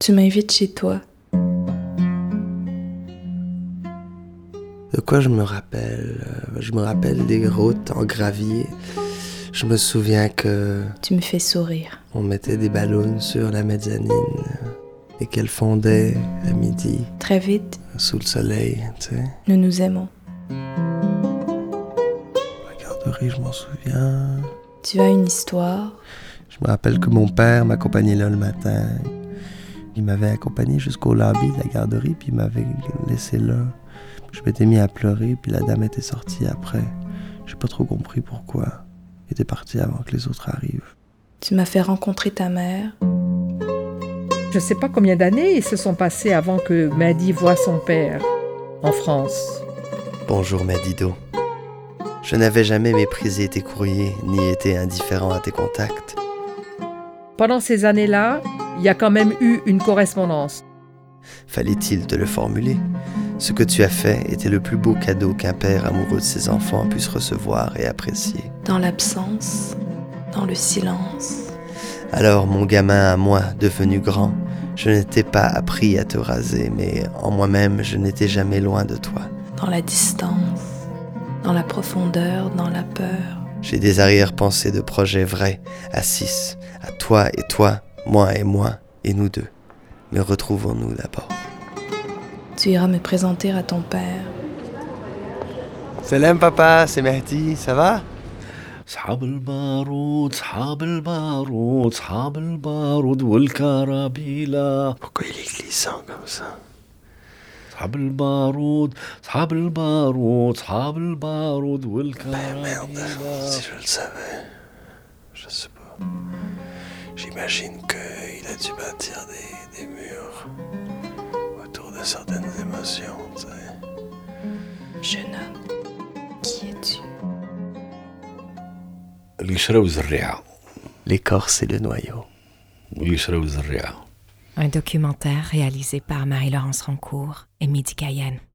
Tu m'invites chez toi. De quoi je me rappelle Euh, Je me rappelle des routes en gravier. Je me souviens que Tu me fais sourire. on mettait des ballons sur la mezzanine euh, et qu'elle fondait à midi Très vite, sous le soleil, tu sais. nous nous aimons. La garderie, je m'en souviens. Tu as une histoire. Je me rappelle que mon père m'accompagnait là le matin. Il m'avait accompagné jusqu'au lobby de la garderie, puis il m'avait laissé là. Puis je m'étais mis à pleurer, puis la dame était sortie après. J'ai pas trop compris pourquoi. Elle était partie avant que les autres arrivent. Tu m'as fait rencontrer ta mère. Je ne sais pas combien d'années se sont passées avant que Maddy voie son père en France. Bonjour, Madido. Je n'avais jamais méprisé tes courriers, ni été indifférent à tes contacts. Pendant ces années-là, il y a quand même eu une correspondance. Fallait-il te le formuler Ce que tu as fait était le plus beau cadeau qu'un père amoureux de ses enfants puisse recevoir et apprécier. Dans l'absence, dans le silence. Alors, mon gamin à moi, devenu grand, je n'étais pas appris à te raser, mais en moi-même, je n'étais jamais loin de toi. dans la distance, dans la profondeur, dans la peur. J'ai des arrière-pensées de projets vrais, à six, à toi et toi, moi et moi, et nous deux. Mais retrouvons-nous d'abord. Tu iras me présenter à ton père. Salam papa, c'est Mehdi, ça va اصحاب البارود اصحاب البارود اصحاب البارود والكرابيلا Pourquoi il est glissant comme ça اصحاب البارود اصحاب البارود اصحاب البارود والكرابيلا je le savais, je sais pas. J'imagine qu'il a dû bâtir des, murs autour de certaines émotions, Jeune homme, qui es-tu اللي يشرب الزريعة L'écorce et le noyau. واللي يشرب الزريعة Un documentaire réalisé par Marie-Laurence Rancourt et Midi Cayenne.